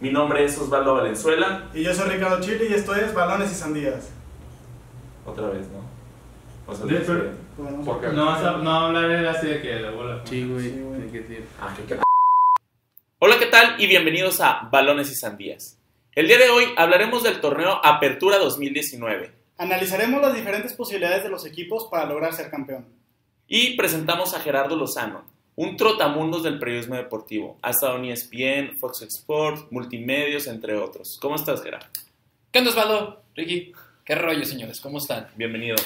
Mi nombre es Osvaldo Valenzuela. Y yo soy Ricardo Chile y esto es Balones y Sandías. Otra vez, ¿no? O sea, este, De- pero- Bueno, ¿Por qué? No vas a, no va a hablar él así de que de bola. Sí, güey. Sí, güey. tiene que decir. Ah, qué- qué- Hola, ¿qué tal? Y bienvenidos a Balones y Sandías. El día de hoy hablaremos del torneo Apertura 2019 Analizaremos las diferentes posibilidades de los equipos para lograr ser campeón. y presentamos a Gerardo Lozano, un trotamundos del periodismo deportivo. Ha estado en E ESPN, Fox Sports, Multimedios, entre otros. ¿Cómo estás, Gerardo? ¿Qué onda, Osvaldo? Ricky, ¿qué rollo, señores? ¿Cómo están? Bienvenido.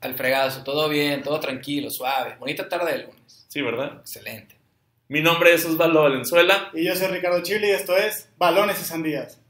Al fregazo, todo bien, todo tranquilo, suave. Bonita tarde de lunes. Sí, ¿verdad? Excelente. Mi nombre es Osvaldo Valenzuela. Y yo soy Ricardo Chile y esto es Balones y Sandías.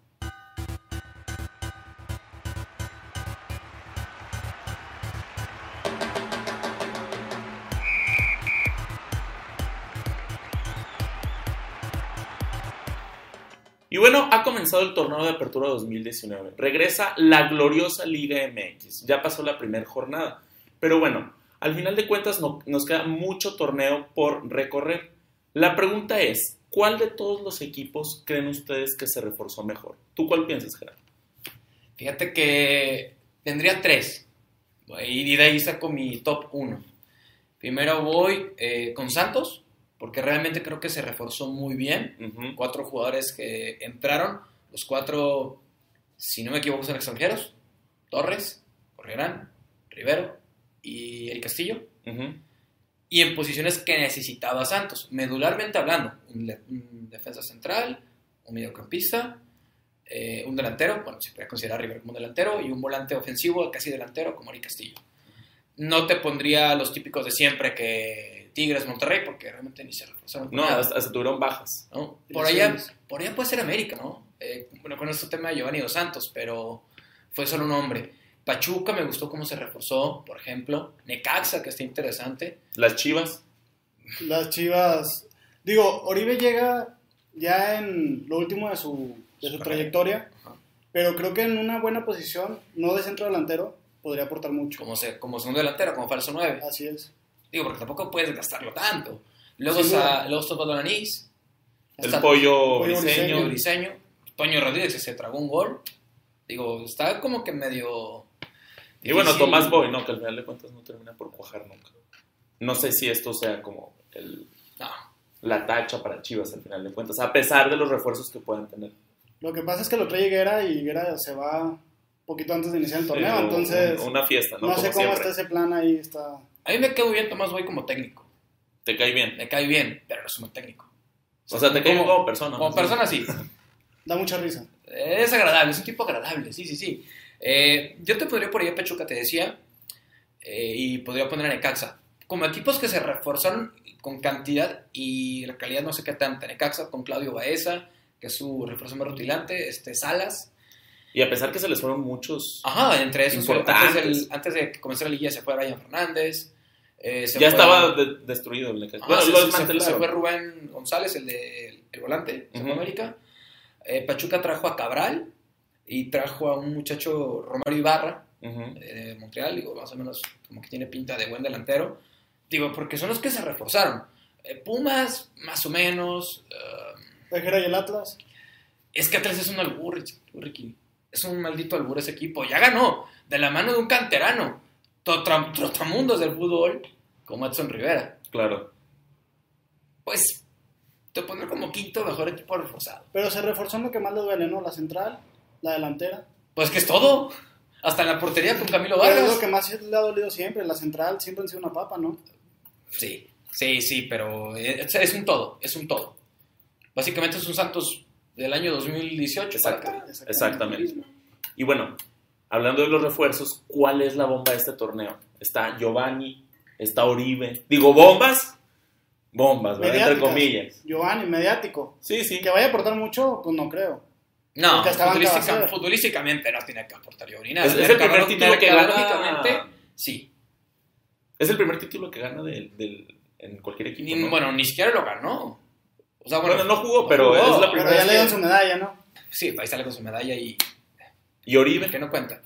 Y bueno, ha comenzado el torneo de apertura 2019. Regresa la gloriosa Liga MX. Ya pasó la primera jornada. Pero bueno, al final de cuentas no- nos queda mucho torneo por recorrer. La pregunta es, ¿cuál de todos los equipos creen ustedes que se reforzó mejor? ¿Tú cuál piensas, Gerardo? Fíjate que tendría tres. Y de ahí saco mi top uno. Primero voy eh, con Santos, porque realmente creo que se reforzó muy bien. Ujú. Cuatro jugadores que entraron. Los cuatro, si no me equivoco, son extranjeros. Torres, Correrán, Rivero y El Castillo. Ujú. y en posiciones que necesitaba Santos, medularmente hablando. Un, le- un defensa central, un mediocampista, eh, un delantero, bueno, se puede considerar a River como un delantero, y un volante ofensivo, casi delantero, como Ari Castillo. No te pondría los típicos de siempre que Tigres, Monterrey, porque realmente ni se reforzaron. con No, nada, hasta, hasta tuvieron bajas. ¿no? Y Por, los allá, Tigres. por allá puede ser América, ¿no? Eh, bueno, con este tema de Giovanni Dos Santos, pero fue solo un hombre. Pachuca me gustó cómo se reforzó, por ejemplo. Necaxa, que está interesante. Las Chivas. Las Chivas. Digo, Oribe llega ya en lo último de su, de su Su carrera. trayectoria, Ajá. pero creo que en una buena posición, no de centro delantero, podría aportar mucho. como, se, como segundo delantero, como falso 9. Así es. Digo, porque tampoco puedes gastarlo tanto. Luego, Sin sa, duda. luego está Pablo Anís, El Está- pollo este. Pollo briseño. Toño Briseño, Toño Rodríguez, que se tragó un gol. Digo, está como que medio. Y bueno, difícil. Tomás Boy, no, que al final de cuentas no termina por cuajar nunca. No sé si esto sea como el No, la tacha para Chivas al final de cuentas, a pesar de los refuerzos que puedan tener. Lo que pasa es que lo trae Higuera y Higuera se va poquito antes de iniciar el torneo, Pero entonces un- Una fiesta, ¿no? no Como sé cómo siempre. está ese plan ahí. Está... a mí me quedó muy bien Tomás Boy como técnico. Te cae bien. Me cae bien, pero no es un buen técnico. O sea, te cae bien como persona. Como ¿no? persona, sí. Da mucha risa. Es agradable, es un tipo agradable, sí, sí, sí. Eh, yo te podría por ahí a Pachuca, te decía, eh, y podría poner a Necaxa. Como equipos que se reforzaron con cantidad y la calidad no sé qué tanta. Necaxa con Claudio Baeza, que es su refuerzo más rutilante, este, Salas. Y a pesar que se les fueron muchos, Ajá, entre esos, antes, del- Importantes. antes de que comenzara la liguilla se fue Brian Fernández. eh, se Ah, ya fue- estaba de- destruido el Necaxa. Ajá, bueno, se, lo se- se- se fue desmantelaron. Rubén González, el de el volante, se fue a Ujú. América. Eh, Pachuca trajo a Cabral y trajo a un muchacho Romario Ibarra Ujú. eh, de Montreal, digo, más o menos como que tiene pinta de buen delantero. Digo, porque son los que se reforzaron. Eh, Pumas, más o menos. eh, Tejera y el Atlas. es que Atlas es un albur, Ricky. Es un maldito albur ese equipo. Ya ganó, de la mano de un canterano. Totra- Trotamundos del fútbol, como Edson Rivera Claro. pues te pondré como quinto mejor equipo reforzado. Pero se reforzó en lo que más le duele, ¿no? La central, la delantera. Pues que es todo. Hasta en la portería con Camilo Pero es Vargas. lo que más le ha dolido siempre. La central siempre han sido una papa, ¿no? Sí, sí, sí, pero es, es un todo, es un todo. Básicamente es un Santos del año 2018. para Exacto. acá. Exactamente. Y bueno, hablando de los refuerzos, ¿cuál es la bomba de este torneo? Está Giovanni, está Oribe. Digo, bombas. Bombas, ¿verdad? entre Mediáticas. comillas. Giovanni, mediático. Sí, sí. Que vaya a aportar mucho, pues no creo. No, Porque hasta banca futbolística- va a ser. futbolísticamente no tiene que aportar yo ni nada. Es, es el primer Mercado- título que gana. mercadológicamente, Sí, Es el primer título que gana del, del- en cualquier equipo. Ni- ¿no? bueno, ni siquiera lo ganó. O sea, bueno, Bueno, no jugó, pero jugó, es la Pero primera ya vez le dieron que- su medalla, ¿no? sí, ahí sale con su medalla y Y Oribe. que no cuenta.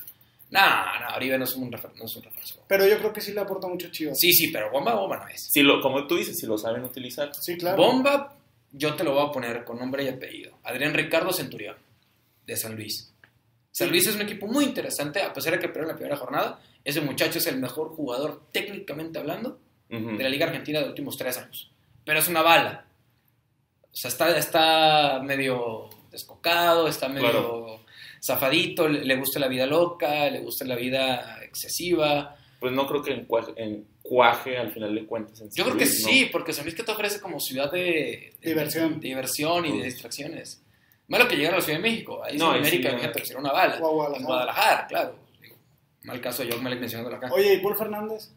No, no, Oribe no es un refuer- no es un refuerzo. Pero yo creo que sí le aporta mucho Chivas. Sí, sí, pero bomba, bomba no es. Si lo, como tú dices, si lo saben utilizar. Sí, claro. Bomba, yo te lo voy a poner con nombre y apellido. Adrián Ricardo Centurión, de San Luis. San Luis es un equipo muy interesante, a pesar de que perdió en la primera jornada. Ese muchacho es el mejor jugador técnicamente hablando Ujú. de la Liga Argentina de los últimos tres años. Pero es una bala. O sea, está, está medio descocado, está medio Claro. zafadito, le, le gusta la vida loca, le gusta la vida excesiva. Pues no creo que en cuaje, en cuaje al final de cuentas. en San Yo creo que Luis, ¿no? sí, porque San Luis que te ofrece como ciudad de, de- Diversión. de diversión y Mm. de distracciones. Malo que llegar a la Ciudad de México, ahí No, en ahí sí, América no. imagínate, pues, era una bala. O a Guadalajara. En Guadalajara, claro. Digo, Mal caso de Jock Malek mencionándolo acá. Oye, ¿y Paul Fernández?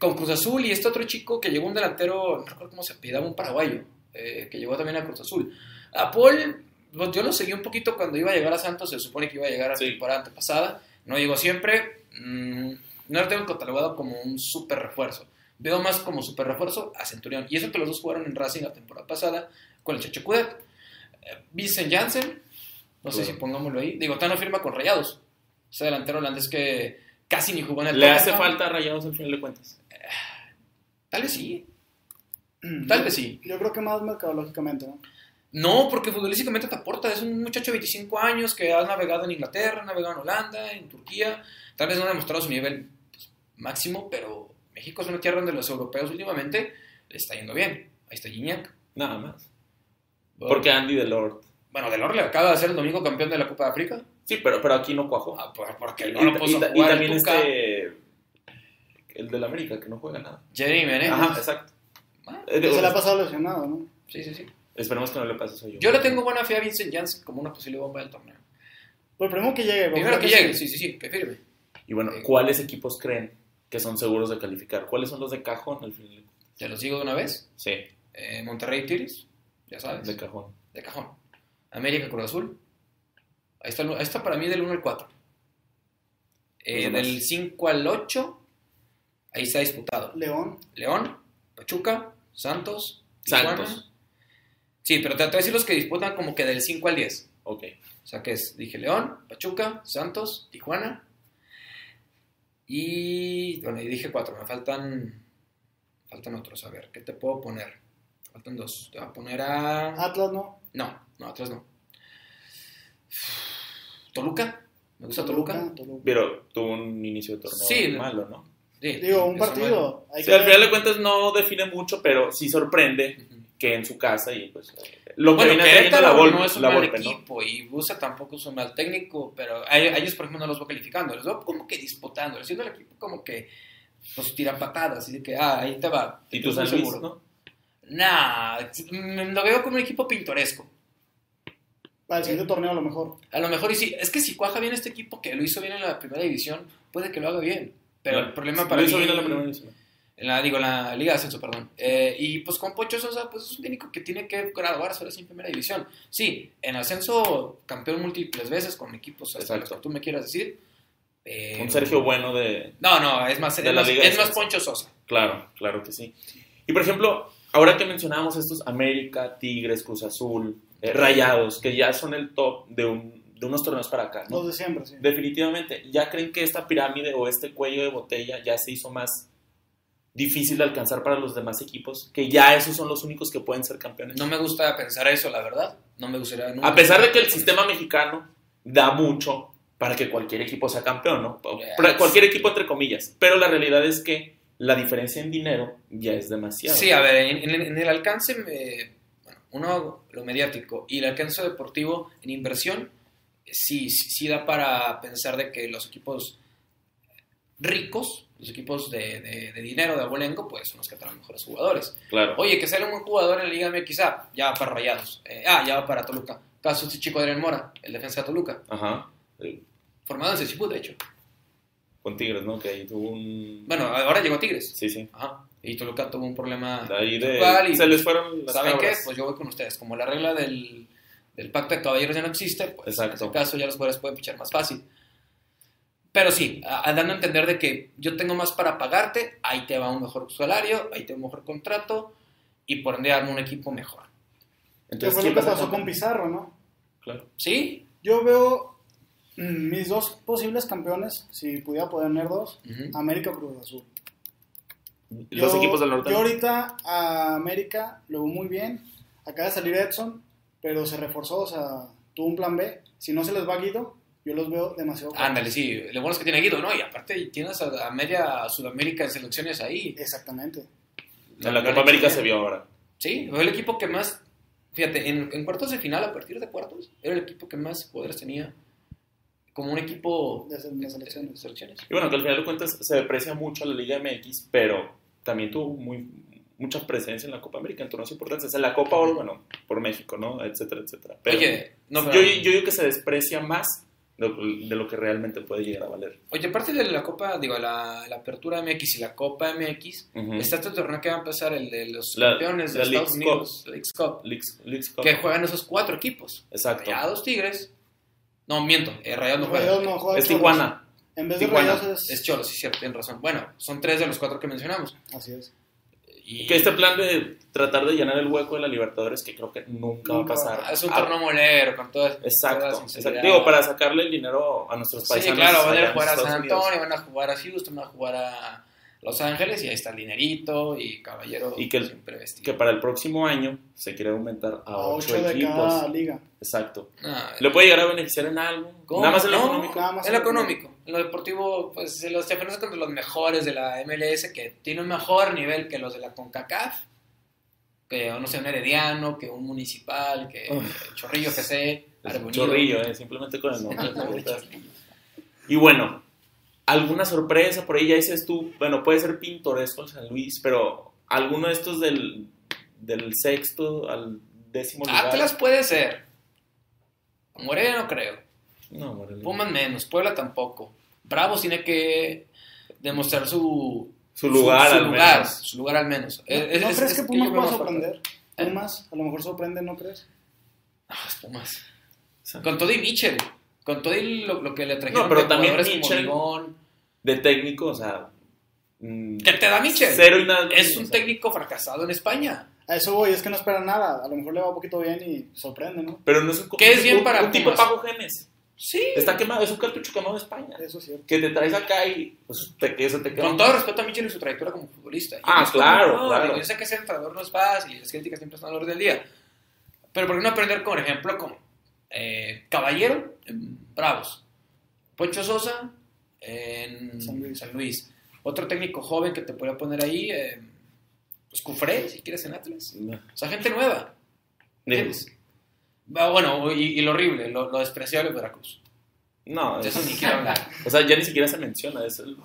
con Cruz Azul y este otro chico que llegó un delantero, no recuerdo cómo se pidaba, un paraguayo, eh, que llegó también a Cruz Azul. A Paul, lo- yo lo seguí un poquito cuando iba a llegar a Santos, se supone que iba a llegar a la Sí. temporada antepasada, no llegó siempre, mm, no lo tengo catalogado como un super refuerzo. Veo más como super refuerzo a Centurión. Y eso que los dos jugaron en Racing la temporada pasada con el Checho Cudet. Eh, Vincent Janssen, no sé Claro. si pongámoslo ahí. Digo, Tano firma con Rayados. Ese delantero holandés que casi ni jugó en el Le hace Tottenham. falta a Rayados al final de cuentas. Tal vez sí, Tal vez sí. Yo creo que más mercadológicamente, ¿no? No, porque futbolísticamente te aporta. Es un muchacho de 25 años que ha navegado en Inglaterra, ha navegado en Holanda, en Turquía. Tal vez no ha demostrado su nivel pues, máximo, pero México es una tierra donde los europeos últimamente le está yendo bien. Ahí está Gignac. Nada más. Porque Andy Delort. Bueno, Delor le acaba de ser el domingo campeón de la Copa de África. Sí, pero, pero aquí no cuajó. Ah, pues, porque Y, no lo ta- puso y ta- y jugar el también Tuca. este. El del América, que no juega nada. Jerry Jiménez. Ajá, exacto. Eh, Ah, Eh, de- Se la ha pasado lesionado, ¿no? Sí, sí, sí. Esperemos que no le pase eso yo. Yo le tengo buena fe a Vincent Janssen como una posible bomba del torneo. Pero Pues primero que llegue. porque Primero creo que sí. llegue, sí, sí, sí, que firme. Y bueno, Eh. ¿cuáles equipos creen que son seguros de calificar? ¿Cuáles son los de cajón al final? de cuentas? Te los digo de una vez. Sí, Eh, Monterrey Tiris, ya sabes. de cajón. de cajón. América Cruz Azul. Ahí está, el- ahí está para mí del 1 al 4. Eh, Los demás. del 5 al 8, ahí está disputado. León. León, Pachuca, Santos, Tijuana. Santos. Sí, pero te te voy a decir los que disputan como que del 5 al 10. Ok. O sea que es, dije León, Pachuca, Santos, Tijuana. Y bueno, ahí dije 4, me faltan faltan otros. A ver, ¿qué te puedo poner? Faltan dos. Te voy a poner a... Atlas, ¿no? No, no, atrás no. ¿Toluca? ¿Me gusta Toluca? Toluca. Pero tuvo un inicio de torneo Sí. malo, ¿no? Sí, Digo, un eso bueno. partido. Hay Sí, que al ver. final de cuentas no define mucho, pero sí sorprende Ujú. que en su casa y pues... Lo que Bueno, viene haciendo Querétaro la Volpe, no es un la mal Volpe, ¿no? equipo y Busa tampoco es un mal técnico, pero a ellos, a ellos, por ejemplo, no los voy calificando, los veo como que disputando, haciendo el equipo como que pues tira patadas, así de que, ah, ahí te va. Y tú Estoy San Luis, seguro. ¿no? Nah, mm, lo veo como un equipo pintoresco. Para el siguiente torneo, a lo mejor. A lo mejor, y sí, es que si cuaja bien este equipo que lo hizo bien en la primera división, puede que lo haga bien. Pero el problema para Lo hizo mí- bien en la primera división. En la, digo, en la Liga de Ascenso, perdón. Eh, y pues con Pocho Sosa, pues es un técnico que tiene que graduarse ahora sí en primera división. Sí, en ascenso, campeón múltiples veces con equipos, hasta los Exacto. que tú me quieras decir. Eh, Un Sergio Bueno de... No, no, es más, de es la más, Liga de es más Ascenso. Poncho Sosa. Claro, claro que sí. Y por ejemplo, ahora que mencionamos estos América, Tigres, Cruz Azul, eh, Rayados, que ya son el top de, un- de unos torneos para acá, ¿no? 2 de diciembre, sí. Definitivamente, ¿ya creen que esta pirámide o este cuello de botella ya se hizo más difícil de alcanzar para los demás equipos? Que ya esos son los únicos que pueden ser campeones. No me gusta pensar eso, la verdad. No me gustaría nunca. A pesar de que el sistema mexicano da mucho para que cualquier equipo sea campeón, ¿no? Pa- Yes. pra- Cualquier equipo entre comillas. Pero la realidad es que la diferencia en dinero ya es demasiado. Sí, a ver, en, en- en el alcance, eh, bueno, uno, lo mediático y el alcance deportivo en inversión, eh, sí, sí, sí da para pensar de que los equipos ricos, los equipos de, de- de dinero de abolengo, pues son los que traen mejores jugadores. claro. Oye, que sale un buen jugador en la Liga MX, ah, ya va para Rayados, eh, ah, ya va para Toluca. Caso este chico Adrián Mora, el defensa de Toluca, Ajá. formado en Cechipú, de hecho. Con Tigres, ¿no? Que ahí tuvo un... Bueno, ahora llegó a Tigres. Sí, sí. Ajá. Y Toluca tuvo un problema. De ahí de... Igual y- Se les fueron las ¿Saben qué? cabras. Pues yo voy con ustedes. Como la regla del, del pacto de caballeros ya no existe, pues Exacto. en ese caso ya los jugadores pueden pichar más fácil. Pero sí, a- a- dando a entender de que yo tengo más para pagarte, ahí te va un mejor salario, ahí te va un mejor contrato y por ende armo un equipo mejor. Que fue ¿quién va lo que a ser pasó con campeón? Pizarro, ¿no? Claro. ¿Sí? Yo veo mm, mis dos posibles campeones, si pudiera poner dos, Ujú. América o Cruz Azul. Los Yo- equipos del norte. Yo ahorita a América lo veo muy bien. acaba de salir Edson, pero se reforzó, o sea, tuvo un plan B. Si no se les va Guido, yo los veo Ah, demasiado. fuertes. Ah, Ándale, sí. Lo bueno es que tiene Guido, ¿no? Y aparte tienes a, a media Sudamérica en selecciones ahí. Exactamente. En la Copa América se vio ahora. Sí, fue el equipo que más. Fíjate, en, en cuartos de final, a partir de cuartos, era el equipo que más jugadores tenía. Como un equipo. Desde las selecciones. de selecciones. Y bueno, que al final de cuentas se aprecia mucho a la Liga MX, pero también tuvo muy, mucha presencia en la Copa América, en torneos importantes. En la Copa Oro, bueno, por México, ¿no? Etcétera, etcétera. Pero Oye, no, yo, pero- yo digo que se desprecia más de, de lo que realmente puede llegar a valer. Oye, aparte de la Copa, digo, la, la Apertura MX y la Copa MX, Ujú. está este torneo que va a empezar, el de los La- campeones de la Estados Leagues Unidos, la Leagues Cup, Leagues- Leagues Cup. que juegan esos cuatro equipos. Exacto. Rayados, Tigres. No, miento, eh, Rayados no Rayados juega. no juega Es Cholos. Tijuana. En vez de Tijuana, Rayados Es es... Cholo, sí, cierto, tienes razón. Bueno, son tres de los cuatro que mencionamos. Así es. Y Que este plan de tratar de llenar el hueco de la Libertadores, que creo que nunca va a Nunca va a pasar. Ah, es un Ah, torneo molero, con todas. toda Exacto, sinceridad. exacto. Digo, para sacarle el dinero a nuestros Sí, paisanos. claro, van a allá ir a en jugar a Estados San Unidos. Antonio, van a jugar a Houston, van a jugar a Los Ángeles y ahí está el dinerito y caballero Y que el- siempre vestido. Que para el próximo año se quiere aumentar a, A ocho 8 Ah, de equipos. cada liga. Exacto. Ah, ¿Le puede llegar a beneficiar en algo? ¿Cómo? Nada más en lo No, económico. Nada más en lo económico. En lo deportivo, pues los japoneses contra los mejores de la MLS que tienen un mejor nivel que los de la CONCACAF. Que no sé, un herediano, que un municipal, que Chorrillo FC, Es un Argonido. chorrillo, ¿eh? simplemente con el nombre. ¿no? y bueno, alguna sorpresa por ahí, ya dices tú, bueno, puede ser pintoresco el San Luis, pero alguno de estos del, del sexto al décimo lugar. Ah, Atlas puede ser. Moreno creo. No, Morelia. Pumas menos, Puebla tampoco. Bravos tiene que demostrar su, Su lugar, su, al lugar, menos. su lugar al menos. Eh, Es- ¿No es- crees es- que es- Pumas yo va a veo sorprender? ¿Eh? Pumas, a lo mejor sorprende, ¿no crees? Ah, es Pumas. Exacto. Con todo y Mitchell. Con todo y lo, lo que le trajeron No, pero de también jugadores como Mitchell- Ligón. De técnico, o sea. mm, ¿Qué te da Mitchell? Cero y nada. Es o un sea, técnico fracasado en España. A eso voy, es que no espera nada. A lo mejor le va un poquito bien y sorprende, ¿no? Pero no es un. ¿Qué es bien un- para Un tipo Pumas? Paco Gemes. Sí. Está quemado, es un cartucho quemado de España. Eso es cierto. Que te traes acá y. Pues te, que eso te queda. Con todo respeto a Mitchell y su trayectoria como futbolista. Y Ah, no es como, claro, no, claro. digo, Yo sé que ser entrenador no es fácil y las críticas siempre están a la orden del día. Pero ¿por qué no aprender, por ejemplo, con eh, Caballero en Bravos? Poncho Sosa en San Luis. San Luis. Otro técnico joven que te podría poner ahí, eh, pues Cufré, si quieres en Atlas. O sea, gente nueva. Digo, ¿entiendes? Ah, Bueno, y, y lo horrible, lo, lo despreciable de Veracruz. No, De es- eso ni quiero hablar. o sea, ya ni siquiera se menciona. Es el-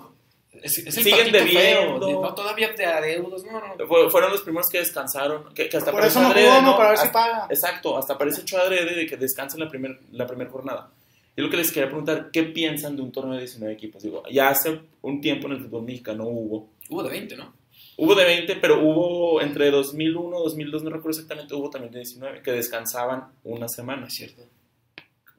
Es, es el Siguen Siguen debiendo. debiendo. no, todavía te adeudos. No, no. Fue- fueron los primeros que descansaron. Que, que hasta Por parece eso no adrede, jugó uno, para ver si Hasta- paga. Exacto, hasta parece hecho adrede de que descansen la primera la primer jornada. Yo lo que les quería preguntar, ¿qué piensan de un torneo de 19 equipos? Digo, ya hace un tiempo en el fútbol mexicano hubo. Hubo de 20, ¿no? Hubo de 20, pero hubo entre 2001, 2002, no recuerdo exactamente, hubo también de 19, que descansaban una semana. No es cierto.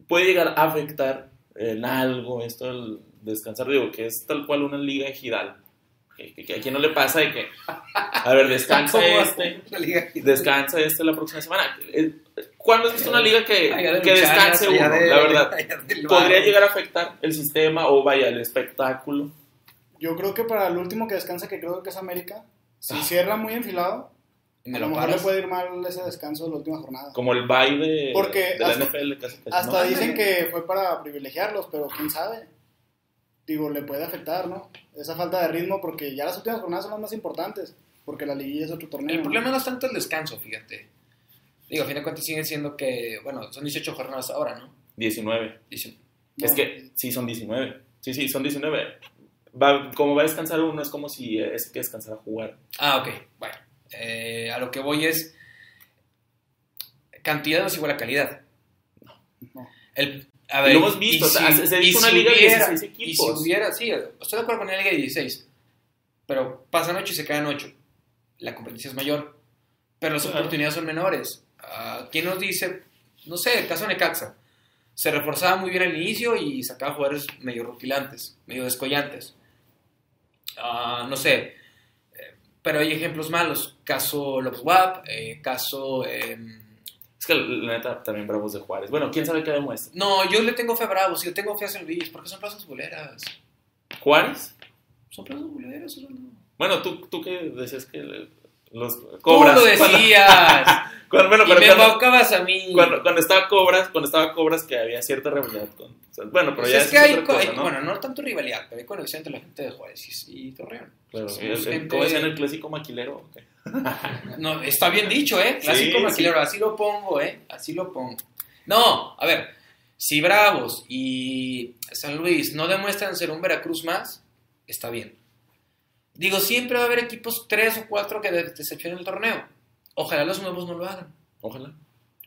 ¿Puede llegar a afectar en algo esto del descansar? Digo, que es tal cual una liga ejidal. Que, que- que a quien no le pasa de que, a ver, descansa este, La liga. descansa este la próxima semana. Eh, ¿Cuándo has visto una liga que, Allá de que Luchanas, descanse allá uno? de- La verdad, allá del barrio. podría llegar a afectar el sistema o vaya, el espectáculo. Yo creo que para el último que descansa, que creo que es América, si cierra muy enfilado, Y Ah. me a lo lo mejor paras. le puede ir mal ese descanso de la última jornada. Como el bye de, Porque de hasta- la NFL. Casi, Pues casi, Hasta ¿no? dicen que fue para privilegiarlos, pero quién sabe. Digo, le puede afectar, ¿no? Esa falta de ritmo, porque ya las últimas jornadas son las más importantes, porque la liguilla es otro torneo. El problema no es tanto el descanso, fíjate. Digo, a fin de cuentas siguen siendo que, bueno, son 18 jornadas ahora, ¿no? 19. Dicen, No, Es que sí, son 19. Sí, sí, son 19. Va- como va a descansar uno, es como si eh, es que descansara a jugar. Ah, ok, bueno. Eh, a lo que voy es, cantidad no es igual a calidad. No. El, a Lo hemos visto, o sea, se- se hizo una liga de 16 y si equipos. hubiera, sí, estoy de acuerdo con la liga de 16, pero pasan 8 y se quedan 8. La competencia es mayor, pero las Claro. oportunidades son menores. Ah, ¿Quién nos dice? No sé, el caso de Necaxa. Se reforzaba muy bien al inicio y sacaba jugadores medio rutilantes, medio descollantes. Ah, no sé, eh, pero hay ejemplos malos. Caso Lobos Wap, eh, caso... em, Es que la neta también Bravos de Juárez. Bueno, quién sabe qué demuestra. No, yo le tengo fe a Bravos, yo tengo fe a San Luis, porque son plazas boleras. ¿Juárez? Son plazas boleras, eso no. Bueno, tú, tú que decías que le- Los Tú cobras. lo decías. Cuando, bueno, y pero me cuando, embaucabas a mí. cuando- cuando estaba cobras, cuando estaba cobras que había cierta rivalidad con. o sea, bueno, pero Pues ya es que hay, otra co- cosa, hay- ¿no? bueno, no tanto rivalidad, pero hay conexión entre la gente de Juárez y, y Torreón. Claro, Somos el- el- gente- ¿Cómo decían el clásico maquilero? Ok. No, está bien dicho, ¿eh? Clásico Sí, maquilero, así lo pongo, ¿eh? Así lo pongo. No, a ver, si Bravos y San Luis no demuestran ser un Veracruz más, está bien. Digo, siempre va a haber equipos tres o cuatro que de- decepcionen el torneo. Ojalá los nuevos no lo hagan. Ojalá.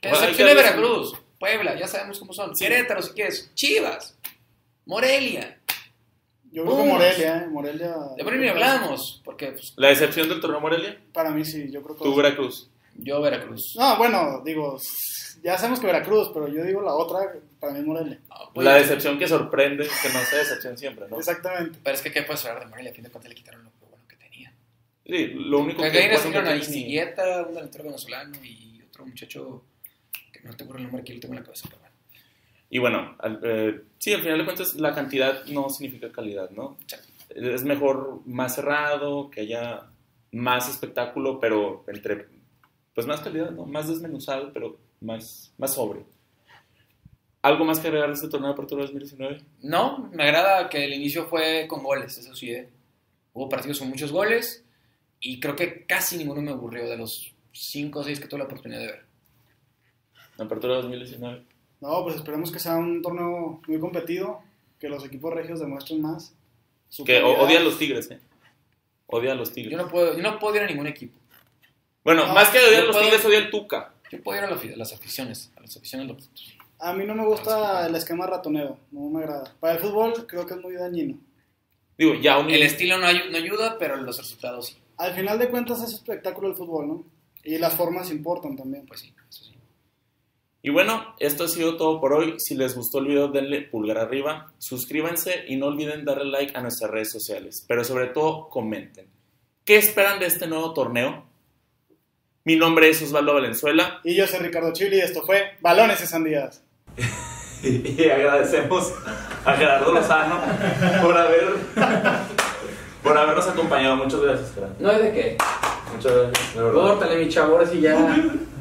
Que Ojalá decepcione que- Veracruz, Puebla, ya sabemos cómo son. Querétaro, si quieres. Chivas, Morelia. Yo creo que Pumas. Morelia, ¿eh? Morelia. De Morelia hablamos, porque pues, La decepción del torneo Morelia, Para mí sí, yo creo que. tú Veracruz. yo Veracruz. No, bueno, digo, ya sabemos que Veracruz, pero yo digo la otra, para mí Morelia. Ah, la oye, decepción que sorprende, que no sea decepción siempre, ¿no? Exactamente. Pero es que, ¿qué puedes hablar de Morelia? A fin de cuentas le quitaron lo bueno que tenía. Sí, lo único que. Cagaína bueno es que una tiene- Aristidieta, un delantero venezolano y otro muchacho que no te acuerdo el nombre que yo lo tengo en la cabeza, pero bueno. Y bueno, al- eh, sí, al final de cuentas la cantidad no significa calidad, ¿no? Sí. Es mejor más cerrado, que haya más espectáculo, pero entre, pues más calidad, ¿no? Más desmenuzado, pero más, más sobre. ¿Algo más que agregar de este torneo de apertura 2019? No, me agrada que el inicio fue con goles, eso sí, ¿eh? Hubo partidos con muchos goles y creo que casi ninguno me aburrió de los 5 o 6 que tuve la oportunidad de ver. La apertura 2019. No, pues esperemos que sea un torneo muy competido, que los equipos regios demuestren más. su Que o- calidad. odia a los tigres, ¿eh? Odia a los tigres. Yo no puedo, yo no puedo ir a ningún equipo. bueno, No, más que odiar a yo los puedo- tigres, odia al tuca. Yo puedo ir a, los- a las aficiones, a las aficiones loquitos. A mí no me gusta el esquema ratonero, no me agrada. Para el fútbol creo que es muy dañino. Digo, ya un... El estilo no, ayu- no ayuda, pero los resultados sí. Al final de cuentas es espectáculo el fútbol, ¿no? Y las formas importan también. Pues sí, eso sí. Y bueno, esto ha sido todo por hoy. Si les gustó el video, denle pulgar arriba, suscríbanse y no olviden darle like a nuestras redes sociales. Pero sobre todo, comenten. ¿Qué esperan de este nuevo torneo? Mi nombre es Osvaldo Valenzuela. Y yo soy Ricardo Chili y esto fue Balones y Sandías. Y agradecemos a Gerardo Lozano por haber por habernos acompañado. Muchas gracias, Gerardo. No es de qué. Muchas gracias, de verdad. Córtale, mi chavo, ahora sí ya.